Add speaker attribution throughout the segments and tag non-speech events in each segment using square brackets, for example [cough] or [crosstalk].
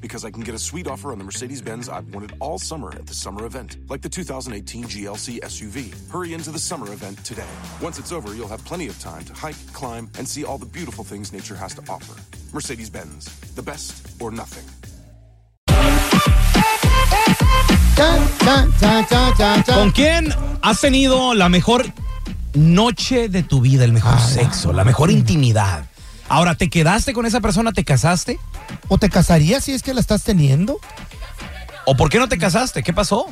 Speaker 1: Because I can get a sweet offer on the Mercedes Benz I've wanted all summer at the summer event, like the 2018 GLC SUV. Hurry into the summer event today. Once it's over, you'll have plenty of time to hike, climb, and see all the beautiful things nature has to offer. Mercedes Benz, the best or nothing.
Speaker 2: Chan, chan, chan, chan, chan, chan.
Speaker 3: ¿Con quién has tenido la mejor noche de tu vida, el mejor sexo, la mejor intimidad? Ahora, ¿te quedaste con esa persona? ¿Te casaste?
Speaker 2: ¿O te casarías si es que la estás teniendo?
Speaker 3: ¿O por qué no te casaste? ¿Qué pasó?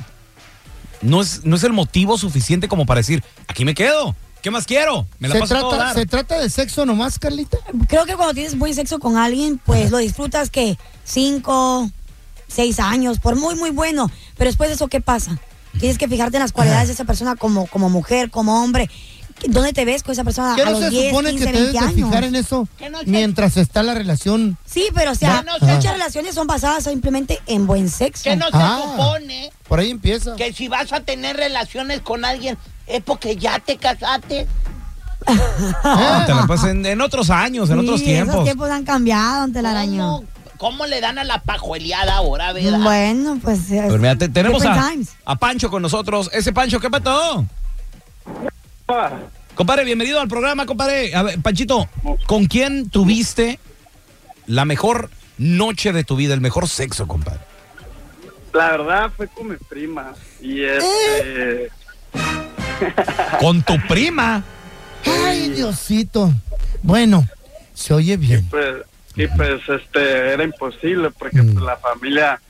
Speaker 3: No es, no es el motivo suficiente como para decir, aquí me quedo. ¿Qué más quiero? Me la
Speaker 2: ¿Se
Speaker 3: paso a todo
Speaker 2: trata,
Speaker 3: dar.
Speaker 2: ¿Se trata de sexo nomás, Carlita?
Speaker 4: creo que cuando tienes buen sexo con alguien, pues lo disfrutas que cinco, seis años, por muy, muy bueno. Pero después de eso, ¿qué pasa? Tienes que fijarte en las cualidades de esa persona como, como mujer, como hombre. ¿Dónde te ves con esa persona?
Speaker 2: ¿Qué
Speaker 4: Ah, a
Speaker 2: no se
Speaker 4: los 10,
Speaker 2: supone
Speaker 4: 15,
Speaker 2: que te debes
Speaker 4: 20
Speaker 2: de
Speaker 4: años.
Speaker 2: fijar en eso mientras está la relación?
Speaker 4: Sí, pero o
Speaker 5: Ya
Speaker 4: sea,
Speaker 5: no sé.
Speaker 4: muchas relaciones son basadas simplemente en buen sexo.
Speaker 5: Que no se
Speaker 2: Ah.
Speaker 5: supone
Speaker 2: Por ahí empieza.
Speaker 5: que si vas a tener relaciones con alguien es porque ya te
Speaker 4: [laughs]
Speaker 5: casaste.
Speaker 2: [laughs]
Speaker 3: No, [laughs] te la pasas en, en otros años, en otros
Speaker 4: Sí,
Speaker 3: tiempos.
Speaker 4: Esos tiempos han cambiado, ante el arañón.
Speaker 5: ¿Cómo, cómo le dan a la pajueleada ahora, verdad?
Speaker 4: Bueno, pues. es-
Speaker 3: Pero mira, te- tenemos
Speaker 4: different
Speaker 3: a,
Speaker 4: times.
Speaker 3: a Pancho con nosotros. Ese Pancho, ¿qué pasó? Compadre, bienvenido al programa, compadre. A ver, Panchito, ¿con quién tuviste la mejor noche de tu vida, el mejor sexo, compadre?
Speaker 6: La verdad fue con mi prima. Y este.
Speaker 3: Con tu prima.
Speaker 2: Ay, Diosito. Bueno, se oye bien.
Speaker 6: Pues, y pues este era imposible porque
Speaker 2: Mm.
Speaker 6: pues, la familia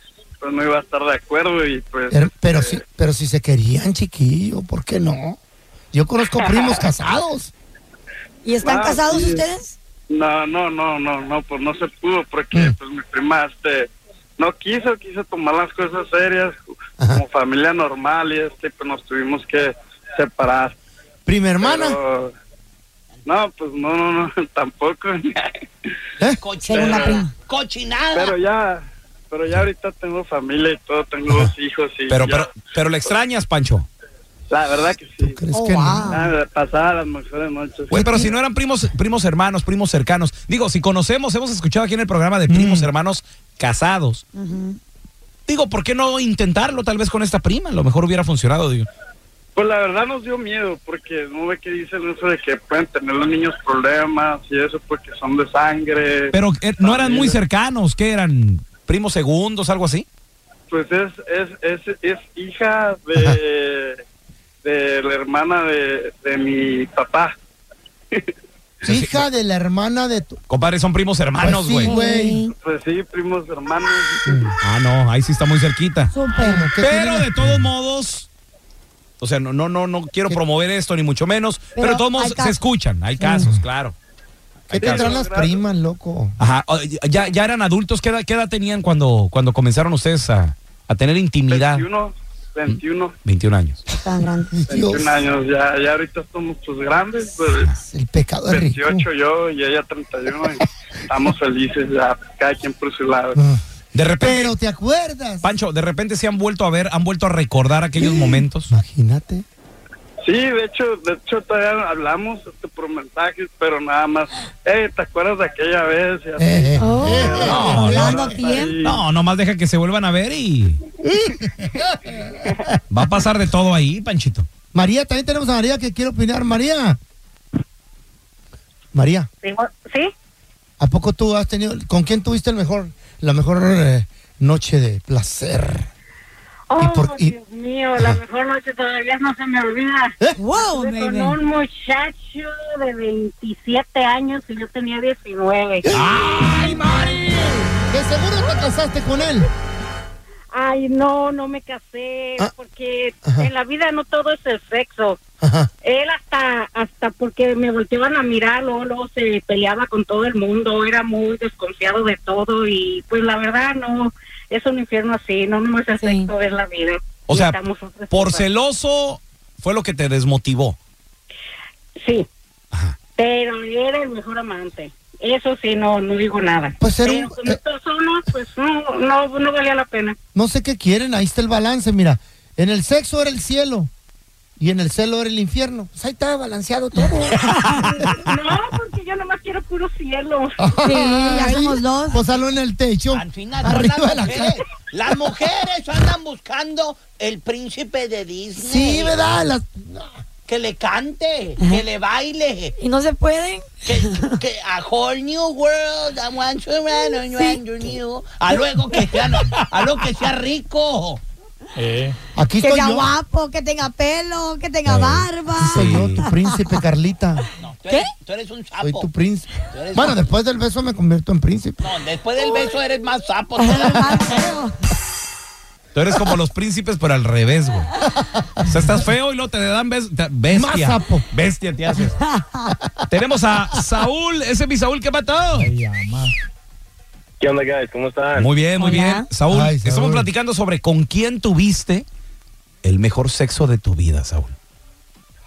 Speaker 6: pues no iba a estar de acuerdo y pues
Speaker 2: Pero, Er, pero
Speaker 6: este,
Speaker 2: si, pero si se querían, chiquillo, ¿por qué no? Yo conozco primos casados.
Speaker 4: ¿Y están
Speaker 6: Ah,
Speaker 4: casados
Speaker 6: sí.
Speaker 4: ustedes?
Speaker 6: no no no no no pues no se pudo porque
Speaker 2: Mm.
Speaker 6: pues mi prima este no quiso quiso tomar las cosas serias
Speaker 2: Ajá.
Speaker 6: como familia normal y este pues nos tuvimos que separar
Speaker 2: Prima hermana.
Speaker 6: Pero- no pues no no [laughs] no tampoco
Speaker 2: ¿eh?
Speaker 4: Según la prima. Ah.
Speaker 5: Cochinada.
Speaker 6: pero ya pero ya ahorita tengo familia y todo tengo
Speaker 4: [laughs]
Speaker 6: dos hijos y
Speaker 3: Pero,
Speaker 6: ya-
Speaker 3: pero, pero le extrañas, Pancho.
Speaker 6: la verdad que
Speaker 2: ¿Tú
Speaker 6: sí
Speaker 2: crees
Speaker 4: Oh,
Speaker 2: que no?
Speaker 4: wow.
Speaker 6: Ah, pasaba las mejores noches.
Speaker 3: Güey, pero si no eran primos, primos hermanos, primos cercanos. Digo, si conocemos, hemos escuchado aquí en el programa de primos
Speaker 4: Mm.
Speaker 3: hermanos casados. Digo, ¿por qué no intentarlo tal vez con esta prima? A lo mejor hubiera funcionado, digo.
Speaker 6: Pues la verdad nos dio miedo, porque no ve que dicen eso de que pueden tener los niños problemas y eso porque son de sangre.
Speaker 3: Pero eh, no eran muy cercanos, ¿qué eran? ¿Primos segundos, algo así?
Speaker 6: Pues es, es, es, es hija de, de la hermana de, de mi papá.
Speaker 2: Hija de la hermana de tu.
Speaker 3: Compadre, son primos hermanos,
Speaker 2: Pues sí,
Speaker 3: güey.
Speaker 2: güey.
Speaker 6: Pues sí, primos, hermanos.
Speaker 3: ah, no, ahí sí está muy cerquita.
Speaker 2: Ay, no, ¿qué
Speaker 3: Pero
Speaker 2: tiene?
Speaker 3: de todos modos, o sea, no, no, no, no quiero promover esto ni mucho menos, pero,
Speaker 4: Pero
Speaker 3: de todos
Speaker 4: hay
Speaker 3: modos se
Speaker 4: casos.
Speaker 3: escuchan, hay casos, claro.
Speaker 2: ¿Qué tendrán las primas, loco?
Speaker 3: Ajá, o- ya, ya eran adultos, ¿qué edad, qué edad tenían cuando, cuando comenzaron ustedes a, a tener intimidad?
Speaker 6: 21, 21,
Speaker 3: 21 años.
Speaker 4: Tan grande.
Speaker 2: Dios, Ah,
Speaker 6: 21 años. Ya, ya ahorita somos pues grandes, pues,
Speaker 2: el pecado es rico.
Speaker 6: 28 yo y ella 31. y estamos felices ya, cada quien por su lado.
Speaker 2: Ah.
Speaker 3: De repente,
Speaker 2: Pero te acuerdas.
Speaker 3: Pancho, de repente se han vuelto a ver, han vuelto a recordar aquellos momentos.
Speaker 2: Imagínate.
Speaker 6: Sí, de hecho, de hecho todavía hablamos este, por mensajes, pero nada más. Eh, ¿te acuerdas de aquella vez? Y así.
Speaker 2: Eh, eh,
Speaker 7: Oh,
Speaker 2: eh,
Speaker 3: no,
Speaker 7: hablando a
Speaker 3: no,
Speaker 7: tiempo.
Speaker 6: Sí.
Speaker 3: No, nomás deja que se vuelvan a ver y. Va a pasar de todo ahí, Panchito.
Speaker 2: María, también tenemos a María que quiere opinar. María. María,
Speaker 8: ¿Sí?
Speaker 2: ¿a poco tú has tenido, con quién tuviste el mejor, la mejor eh, noche de placer? ¿Y
Speaker 8: Oh,
Speaker 2: por- y-
Speaker 8: Dios mío, la mejor noche todavía no se me olvida.
Speaker 2: ¿Eh?
Speaker 7: Wow,
Speaker 8: Estuve
Speaker 7: baby.
Speaker 8: con un muchacho de 27 años y yo tenía 19.
Speaker 2: ¡Ay, Mari! De seguro te casaste con él.
Speaker 8: Ay, no, no me casé,
Speaker 2: Ah.
Speaker 8: porque
Speaker 2: Ajá.
Speaker 8: en la vida no todo es el sexo.
Speaker 2: Ajá.
Speaker 8: Él hasta hasta porque me volteaban a mirar, luego, luego se peleaba con todo el mundo, era muy desconfiado de todo y pues la verdad no, es un infierno así, no nomás el
Speaker 7: Sí.
Speaker 8: sexo es la vida.
Speaker 3: O sea,
Speaker 8: Necesitamos otras
Speaker 3: Por
Speaker 8: cosas.
Speaker 3: celoso fue lo que te desmotivó.
Speaker 8: Sí. Pero era el mejor amante. Eso sí, no, no digo nada.
Speaker 2: Pues era un-
Speaker 8: Pero como estos unos, pues no, no, no valía la pena.
Speaker 2: No sé qué quieren, ahí está el balance, mira. En el sexo era el cielo y en el celo era el infierno. Pues ahí está
Speaker 7: [laughs]
Speaker 2: balanceado todo.
Speaker 8: No, porque yo nomás quiero puro cielo.
Speaker 7: Sí, ya somos dos.
Speaker 2: Pósalo en el techo.
Speaker 4: Al final son
Speaker 2: arriba de
Speaker 4: las
Speaker 2: la
Speaker 4: mujeres.
Speaker 2: calle.
Speaker 4: Las mujeres andan buscando el príncipe de Disney.
Speaker 2: Sí, ¿verdad? Las-
Speaker 4: Que le cante, que le baile,
Speaker 7: ¿Y no se pueden?
Speaker 4: que, que a whole new world, I want to run, I want to new. A luego que sea, a luego que sea rico.
Speaker 2: Aquí
Speaker 7: Que
Speaker 2: estoy
Speaker 7: sea
Speaker 2: yo.
Speaker 7: guapo, que tenga pelo, que tenga barba.
Speaker 2: Aquí Soy
Speaker 3: Sí.
Speaker 2: yo, tu príncipe, Carlita.
Speaker 4: No, tú eres, tú eres un
Speaker 2: Soy
Speaker 4: sapo.
Speaker 2: tu príncipe.
Speaker 4: Tú eres
Speaker 2: Bueno,
Speaker 4: sapo.
Speaker 2: después del beso me convierto en príncipe.
Speaker 4: No, después del beso eres más sapo.
Speaker 7: Más
Speaker 4: [laughs]
Speaker 7: feo.
Speaker 3: Tú eres como los príncipes, pero al revés, güey. O sea, estás feo y luego te dan bes- te- bestia.
Speaker 2: Más sapo.
Speaker 3: Bestia te haces. Tenemos a Saúl. Ese es mi Saúl que ha matado.
Speaker 9: ¿Qué onda, guys? ¿Cómo están?
Speaker 3: Muy bien, muy
Speaker 7: Hola.
Speaker 3: bien. Saúl,
Speaker 2: Ay,
Speaker 3: estamos
Speaker 2: Saúl.
Speaker 3: platicando sobre con quién tuviste el mejor sexo de tu vida, Saúl.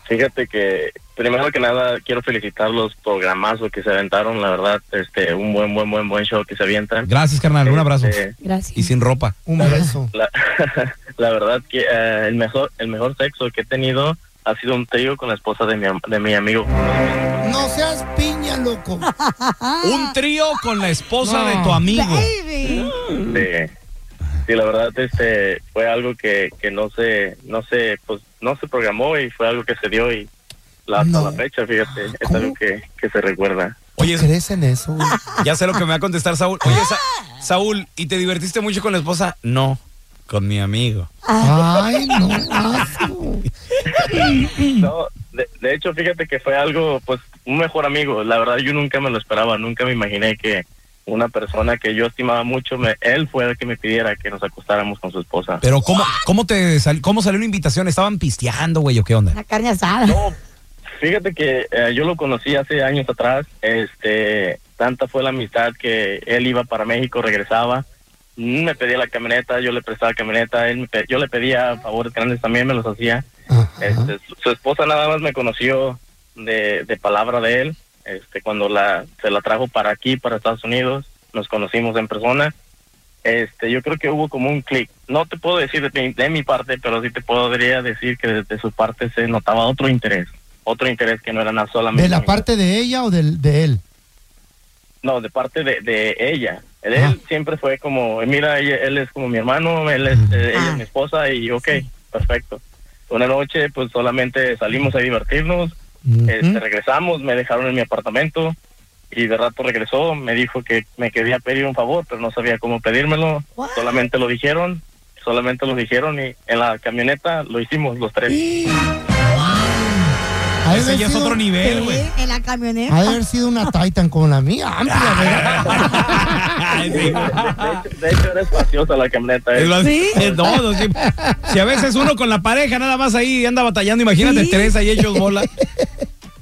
Speaker 9: Fíjate que primero que nada quiero felicitar los programazos que se aventaron, la verdad, este, un buen, buen, buen, buen show que se avientan.
Speaker 3: Gracias, carnal. Un abrazo.
Speaker 9: Este,
Speaker 3: Y
Speaker 7: Gracias.
Speaker 3: sin ropa.
Speaker 2: Un beso.
Speaker 9: la, [laughs] la verdad que eh, el mejor, el mejor sexo que he tenido ha sido un trío con la esposa de mi, am- de mi amigo.
Speaker 2: No seas piña, loco.
Speaker 3: Un trío con la esposa de tu amigo.
Speaker 7: Baby.
Speaker 9: Este, sí, la verdad, este, fue algo que, que no se, no se, pues, no se programó y fue algo que se dio y la, hasta la
Speaker 2: No.
Speaker 9: fecha, fíjate, es
Speaker 2: ¿Cómo?
Speaker 9: algo que, que se recuerda.
Speaker 3: Oye,
Speaker 2: ¿Crees en eso? güey?
Speaker 3: ya sé lo que me va a contestar Saúl. Oye, Sa- Saúl, ¿y te divertiste mucho con la esposa? No, con mi amigo.
Speaker 2: Ay, no. asco.
Speaker 3: [laughs]
Speaker 9: No, de, de hecho, fíjate que fue algo, pues, un mejor amigo. La verdad, yo nunca me lo esperaba, nunca me imaginé que una persona que yo estimaba mucho, me- él fue el que me pidiera que nos acostáramos con su esposa.
Speaker 3: Pero ¿cómo, cómo te sal- cómo salió la invitación? ¿Estaban pisteando, güey, o qué onda?
Speaker 7: La carne asada.
Speaker 9: No, fíjate que eh, yo lo conocí hace años atrás. Este, tanta fue la amistad que él iba para México, regresaba. mm, Me pedía la camioneta, yo le prestaba camioneta, él me pe- yo le pedía favores grandes también, me los hacía.
Speaker 2: Ajá.
Speaker 9: Este, su, su esposa nada más me conoció de, de palabra de él, este, cuando la, se la trajo para aquí, para Estados Unidos, nos conocimos en persona. Este, yo creo que hubo como un clic. No te puedo decir de mi, de mi parte, pero sí te podría decir que desde su parte se notaba otro interés, otro interés que no era nada solamente.
Speaker 2: ¿De la
Speaker 9: mío.
Speaker 2: parte de ella o del, de él?
Speaker 9: No, de parte de, de ella. Él
Speaker 2: Ajá.
Speaker 9: siempre fue como, mira, ella- él es como mi hermano, él es, eh, ella es mi esposa y ok, perfecto. Una noche pues solamente salimos a divertirnos, este,
Speaker 2: Ujú.
Speaker 9: regresamos, me dejaron en mi apartamento y de rato regresó, me dijo que me quería pedir un favor, pero no sabía cómo pedírmelo,
Speaker 7: What?
Speaker 9: solamente lo dijeron, solamente lo dijeron y en la camioneta lo hicimos los tres.
Speaker 2: Ha de
Speaker 3: Ese
Speaker 2: haber
Speaker 3: ya es
Speaker 2: sido-
Speaker 3: otro nivel, güey.
Speaker 7: Sí, en la
Speaker 2: Ha
Speaker 7: camioneta.
Speaker 2: de haber sido una Titan como la mía, amplia, ¿verdad?
Speaker 3: Sí.
Speaker 9: De hecho, de hecho, era espaciosa la camioneta.
Speaker 3: Es
Speaker 9: eh.
Speaker 3: lo- [laughs] es- no, no, sí. Si a veces uno con la pareja nada más ahí anda batallando, imagínate
Speaker 7: Sí.
Speaker 3: tres ahí hechos bola.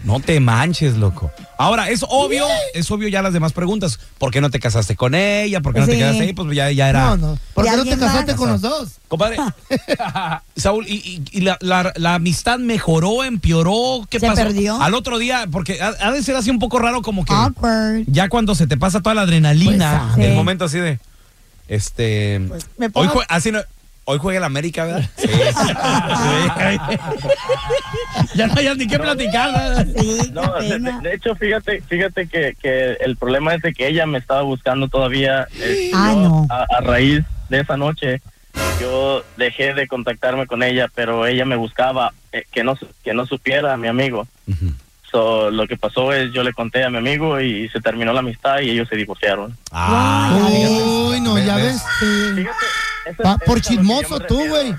Speaker 3: No te manches, loco. Ahora, es obvio, es obvio ya las demás preguntas. ¿Por qué no te casaste con ella? ¿Por qué no te
Speaker 7: Sí.
Speaker 3: quedaste ahí? Pues
Speaker 9: Ah,
Speaker 3: ya, ya era.
Speaker 2: No, no. ¿Por
Speaker 7: ¿Y
Speaker 2: qué no te
Speaker 7: alguien
Speaker 2: casaste
Speaker 7: más?
Speaker 2: con los dos? [laughs]
Speaker 3: Compadre, Saúl, ¿y, y- y la, la- la amistad mejoró, empeoró? ¿Qué
Speaker 7: ¿Se
Speaker 3: pasó?
Speaker 7: perdió?
Speaker 3: Al otro día, porque ha, ha de ser así un poco raro como que
Speaker 7: Awkward.
Speaker 3: ya cuando se te pasa toda la adrenalina,
Speaker 7: Pues, ah.
Speaker 3: el
Speaker 7: Sí.
Speaker 3: momento así de, este,
Speaker 7: Pues, me
Speaker 3: hoy
Speaker 7: pongo-
Speaker 3: jue- así no- Hoy juega el América, ¿verdad? Sí. Sí. ya no hay ni qué platicar. ¿verdad?
Speaker 9: [laughs] No, de, de- de hecho, fíjate, fíjate que, que el problema es de que ella me estaba buscando todavía. eh,
Speaker 4: Ah,
Speaker 9: yo,
Speaker 4: no.
Speaker 9: a, a raíz de esa noche, yo dejé de contactarme con ella, pero ella me buscaba eh, que no su- que no supiera a mi amigo. So, lo que pasó es yo le conté a mi amigo y se terminó la amistad y ellos se divorciaron. Ah,
Speaker 2: Ah. Uy, no, ya ves. este,
Speaker 9: Eso-
Speaker 2: Pa-
Speaker 9: eso
Speaker 2: por
Speaker 9: es a lo que yo
Speaker 2: chismoso
Speaker 9: me
Speaker 2: tú,
Speaker 9: refiero.
Speaker 2: güey.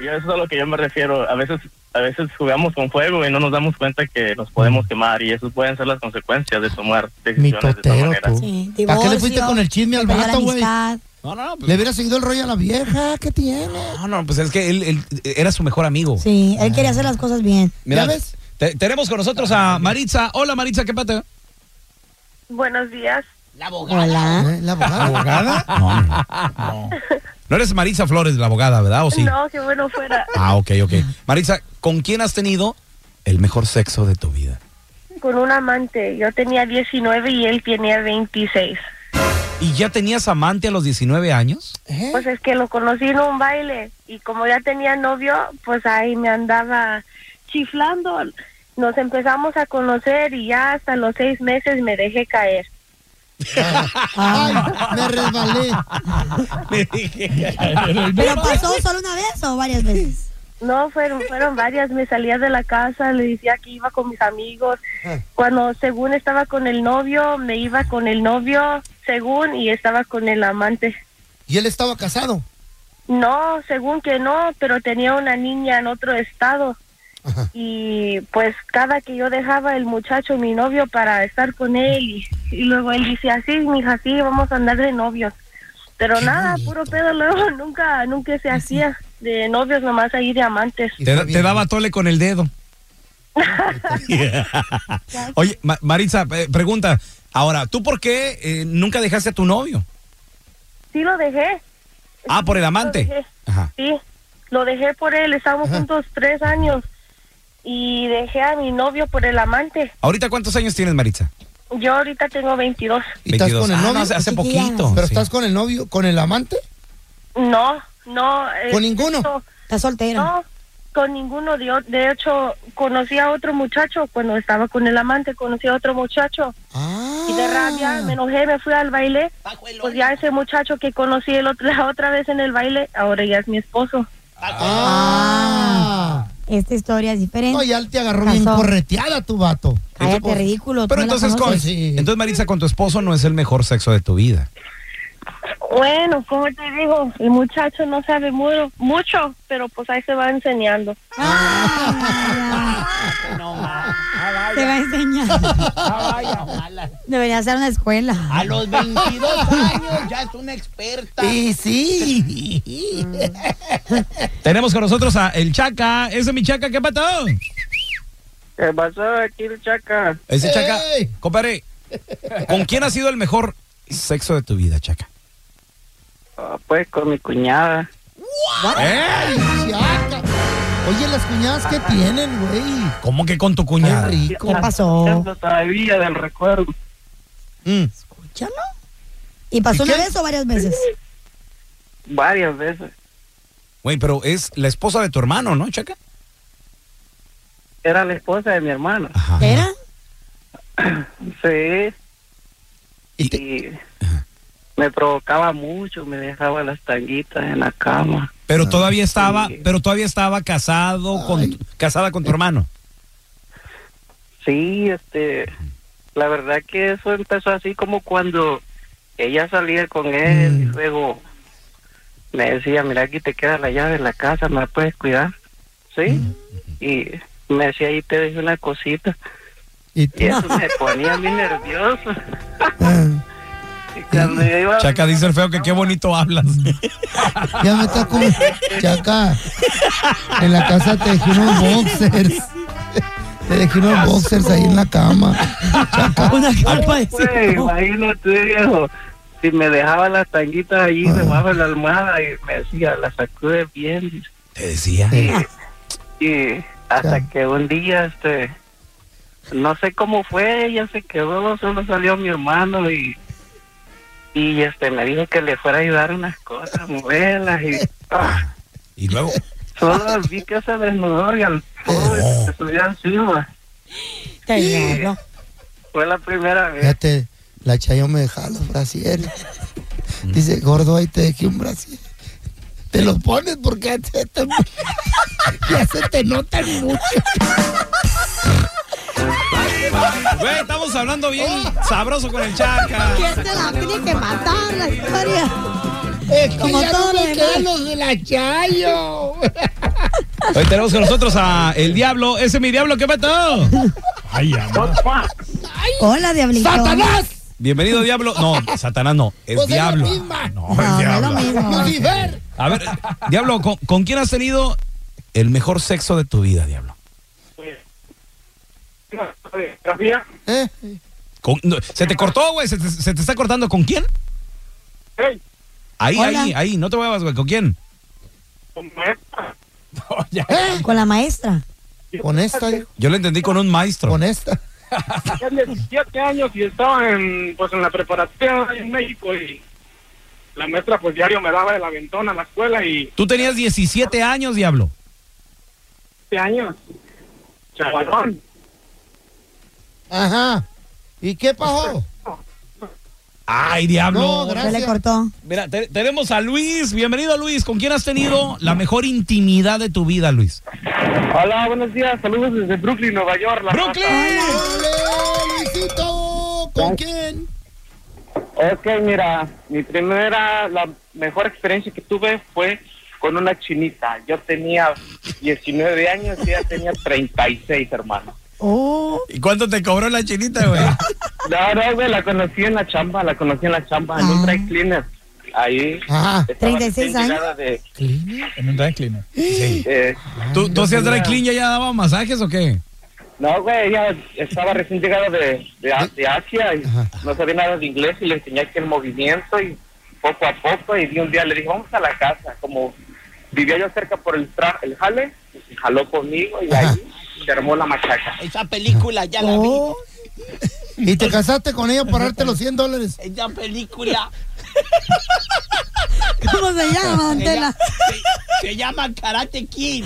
Speaker 9: Y eso es a lo que yo me refiero. A veces, a veces jugamos con fuego y no nos damos cuenta que nos podemos quemar y esas pueden ser las consecuencias de tomar decisiones de esa
Speaker 2: Mitotero
Speaker 9: manera.
Speaker 2: tú. ¿Para qué le fuiste con el chisme al vato, güey?
Speaker 3: No, no, no. pues-
Speaker 2: Le hubiera seguido el rollo a la vieja. ¿Qué tiene?
Speaker 3: No, no, pues es que él, él era su mejor amigo.
Speaker 4: Sí, él quería hacer las cosas bien.
Speaker 3: Mira,
Speaker 2: ¿Ya ves?
Speaker 3: te- tenemos con nosotros a Maritza. Hola, Maritza, ¿qué pasa?
Speaker 7: Buenos días.
Speaker 5: La abogada.
Speaker 4: Hola.
Speaker 2: ¿Eh? La abogada.
Speaker 3: ¿Abogada? No, no, no. No eres Maritza Flores, la abogada, ¿verdad? ¿O Oh, sí?
Speaker 7: No, que bueno fuera
Speaker 3: Ah, ok, ok. Maritza, ¿con quién has tenido el mejor sexo de tu vida?
Speaker 7: con un amante. Yo tenía 19 y él tenía 26.
Speaker 3: ¿Y ya tenías amante a los 19 años?
Speaker 2: ¿Eh?
Speaker 7: Pues es que lo conocí en un baile y como ya tenía novio, pues ahí me andaba chiflando. Nos empezamos a conocer y ya hasta los seis meses me dejé caer.
Speaker 2: Ay, me
Speaker 3: [laughs]
Speaker 2: resbalé.
Speaker 4: ¿Pero pasó solo una vez o varias veces?
Speaker 7: No, fueron, fueron varias. Me salía de la casa, le decía que iba con mis amigos.
Speaker 2: Ah.
Speaker 7: Cuando según estaba con el novio, me iba con el novio, según, y estaba con el amante.
Speaker 2: ¿Y él estaba casado?
Speaker 7: No, según que no, pero tenía una niña en otro estado.
Speaker 2: Ajá.
Speaker 7: Y pues cada que yo dejaba el muchacho, mi novio, para estar con él, y, y luego él decía, sí, mija, sí, vamos a andar de novios. Pero nada, puro pedo, luego [laughs] nunca, nunca se hacía de novios, nomás ahí de amantes.
Speaker 2: Y
Speaker 3: Te,
Speaker 2: fue bien.
Speaker 3: te daba tole con
Speaker 2: [laughs]
Speaker 3: el dedo. Oye, Ma- Maritza, eh, pregunta. Ahora, ¿tú por qué eh, nunca dejaste a tu novio?
Speaker 7: Sí lo dejé,
Speaker 3: Ah, por el amante.
Speaker 7: Lo dejé.
Speaker 3: Ajá.
Speaker 7: sí, lo dejé por él, estábamos juntos tres años. Y dejé a mi novio por el amante.
Speaker 3: ¿Ahorita cuántos años tienes, Maritza?
Speaker 7: Yo ahorita tengo 22.
Speaker 2: ¿Y estás
Speaker 3: 22.
Speaker 2: con el
Speaker 3: Ah, no,
Speaker 2: novio?
Speaker 3: hace, hace
Speaker 4: Chiquilla.
Speaker 3: poquito.
Speaker 2: ¿Pero
Speaker 3: sí.
Speaker 2: estás con el novio? ¿Con el amante?
Speaker 7: No, no. eh,
Speaker 2: ¿Con ninguno?
Speaker 7: esto-
Speaker 4: ¿Estás soltero?
Speaker 7: No, con ninguno. De, de hecho, conocí a otro muchacho cuando estaba con el amante, conocí a otro muchacho.
Speaker 2: Ah.
Speaker 7: Y de rabia me enojé, me fui al baile.
Speaker 5: Bajo el
Speaker 7: Pues ya ese muchacho que conocí el otro- [laughs] la otra vez en el baile, ahora ya es mi esposo.
Speaker 2: Ah.
Speaker 4: Esta historia es diferente.
Speaker 2: No, ya te agarró bien
Speaker 4: Casó.
Speaker 2: correteada tu vato.
Speaker 4: Cállate, ridículo.
Speaker 3: Pero
Speaker 4: tú no la
Speaker 3: entonces, con,
Speaker 4: conoces.
Speaker 2: Sí.
Speaker 3: entonces, Maritza, con tu esposo no es el mejor sexo de tu
Speaker 4: [laughs]
Speaker 3: vida.
Speaker 7: Bueno, como te digo, el muchacho no sabe mu- mucho, pero pues ahí se va enseñando.
Speaker 4: Ah,
Speaker 5: No, ma.
Speaker 4: vaya. Te va a enseñar.
Speaker 5: Ah, vaya, mala.
Speaker 4: Debería ser una escuela.
Speaker 5: A los 22 años ya es una experta.
Speaker 2: Y sí.
Speaker 3: Tenemos con nosotros a El Chaca. Ese es mi Chaca, ¿qué patado?
Speaker 9: ¿Qué pasó aquí, Chaca?
Speaker 3: Ese Chaca.
Speaker 2: ¡Ey!
Speaker 3: Compadre, ¿con quién ha sido el mejor sexo de tu vida, Chaca?
Speaker 9: pues con mi cuñada.
Speaker 4: ¿Eh?
Speaker 3: ¡Ey!
Speaker 2: Chaca. Oye, las cuñadas que tienen, güey.
Speaker 3: ¿Cómo que con tu
Speaker 2: Qué
Speaker 3: cuñada?
Speaker 2: rico.
Speaker 4: ¿Qué pasó?
Speaker 9: todavía del recuerdo.
Speaker 3: Mm.
Speaker 4: Escúchalo. ¿Y pasó
Speaker 2: ¿Y
Speaker 4: una
Speaker 2: qué?
Speaker 4: vez o varias veces?
Speaker 9: Varias veces.
Speaker 3: Güey, pero es la esposa de tu hermano, ¿no, Chaca?
Speaker 9: Era la esposa de mi hermano.
Speaker 3: Ajá.
Speaker 4: ¿Era?
Speaker 9: [clears throat] Sí.
Speaker 3: ¿Y te-
Speaker 9: Y me provocaba mucho, me dejaba las tanguitas en la cama.
Speaker 3: pero todavía estaba,
Speaker 9: Sí.
Speaker 3: pero todavía estaba casado con,
Speaker 2: Ay.
Speaker 3: casada con tu hermano.
Speaker 9: Sí, este, la verdad que eso empezó así como cuando ella salía con él
Speaker 4: Mm.
Speaker 9: y luego me decía, mira, aquí te queda la llave de la casa, me la puedes cuidar, ¿sí?
Speaker 4: Mm.
Speaker 9: Y me decía, ahí te dejé una cosita
Speaker 2: Y
Speaker 9: y
Speaker 2: tú-
Speaker 9: eso
Speaker 2: [laughs]
Speaker 4: [laughs]
Speaker 9: me ponía a mí nervioso.
Speaker 2: Ah,
Speaker 9: Y cuando yo iba,
Speaker 3: Chaca dice el feo que qué bonito hablas.
Speaker 2: ya me está como. Chaca. En la casa te dejé
Speaker 4: [laughs]
Speaker 2: unos boxers. Te dejé unos boxers ahí en la cama.
Speaker 4: Una carpa de
Speaker 9: pues, imagínate, viejo, si me dejaba las tanguitas allí
Speaker 4: Ah.
Speaker 9: debajo de la almohada y me decía, la sacude bien, dice.
Speaker 3: Te decía.
Speaker 9: y hasta
Speaker 2: Ya.
Speaker 9: que un día este no sé cómo fue ella se quedó solo salió mi hermano y y este me dijo que le fuera a ayudar unas cosas moverlas y ah,
Speaker 3: Y luego,
Speaker 5: Solo vi que se desnudó y al pobre se subió encima.
Speaker 4: Te digo.
Speaker 5: Fue la primera vez.
Speaker 2: Fíjate, la Chayo me dejaba los brasieres. Dice, gordo, ahí te dejé un brasier. Te lo pones porque ya se te, [laughs] ya se te notan mucho.
Speaker 3: güey, estamos hablando bien sabroso con el chaca.
Speaker 10: Que este la tiene que matar la historia.
Speaker 2: Es que
Speaker 4: Como
Speaker 2: ya no
Speaker 4: todo lo
Speaker 2: me
Speaker 4: demás.
Speaker 2: quedan los de la Chayo.
Speaker 3: Hoy tenemos con nosotros a El Diablo. Ese es mi Diablo, ¿qué pasó? Ay, amor.
Speaker 4: Hola, diablito.
Speaker 2: ¡Satanás!
Speaker 3: Bienvenido, Diablo. No, Satanás no, es
Speaker 2: Pues es la
Speaker 3: Diablo.
Speaker 4: eh,
Speaker 2: misma.
Speaker 3: No,
Speaker 4: No,
Speaker 3: es
Speaker 4: no es
Speaker 3: Diablo.
Speaker 4: lo mismo.
Speaker 2: ¡Lucifer!
Speaker 3: A ver, Diablo, ¿con, con quién has tenido el mejor sexo de tu vida, Diablo?
Speaker 5: Grafía,
Speaker 2: ¿Eh?
Speaker 3: Con- no, se te cortó, güey, ¿Se te, se te está cortando. ¿Con quién?
Speaker 5: hey,
Speaker 3: Ahí,
Speaker 4: Hola.
Speaker 3: ahí, ahí, no te muevas, güey. ¿Con quién?
Speaker 5: con esta,
Speaker 2: ¿Eh?
Speaker 4: Con la maestra.
Speaker 2: Con esta, dijo.
Speaker 3: Yo lo entendí con un maestro.
Speaker 2: con esta.
Speaker 5: tenía 17 años y estaba en, pues, en la preparatoria en México y la maestra pues diario me daba el aventón a la escuela y
Speaker 3: Tú tenías 17 años, Diablo.
Speaker 5: 17 años, este chavalón.
Speaker 2: Ajá. Ah, ¿Y qué pasó?
Speaker 3: Ay, Diablo.
Speaker 2: No,
Speaker 4: Se le
Speaker 2: gracias.
Speaker 4: cortó.
Speaker 3: Mira, te- tenemos a Luis. Bienvenido, Luis. ¿Con quién has tenido la mejor intimidad de tu vida, Luis?
Speaker 5: Hola, buenos días, saludos desde Brooklyn, Nueva York. La
Speaker 3: ¡Brooklyn!
Speaker 2: ¡Ole, Luisito! ¿Con quién?
Speaker 5: Ok, mira, mi primera, la mejor experiencia que tuve fue con una chinita. Yo tenía 19 años y ella tenía 36, hermano.
Speaker 4: Oh,
Speaker 3: ¿Y cuánto te cobró la chinita, güey?
Speaker 5: No, no, güey, la conocí en la chamba, la conocí en la chamba, en
Speaker 4: Ah.
Speaker 5: un dry cleaner. Ahí.
Speaker 3: Ah.
Speaker 2: Ajá.
Speaker 5: estaba
Speaker 4: 36
Speaker 5: recién llegada De,
Speaker 3: En un dry cleaner. Sí.
Speaker 5: eh,
Speaker 3: ¿Tú, tú hacías dry clean y ella daba masajes o qué?
Speaker 5: no, güey, ella estaba recién llegada de, de, A- de Asia y
Speaker 2: Ajá.
Speaker 5: no sabía nada de inglés y le enseñé aquí el movimiento y poco a poco. Y de un día le dije, vamos a la casa. Como vivía yo cerca por el, tra el jale, pues, se jaló conmigo y ahí se armó la machaca.
Speaker 11: Esa película ya la
Speaker 2: Oh. ¿Y te casaste con ella para darte los 100 dólares?
Speaker 11: vi. [laughs] Esa película
Speaker 4: ¿cómo se llama, don
Speaker 11: se,
Speaker 4: Tela?
Speaker 11: llama- se- se llama Karate Kid.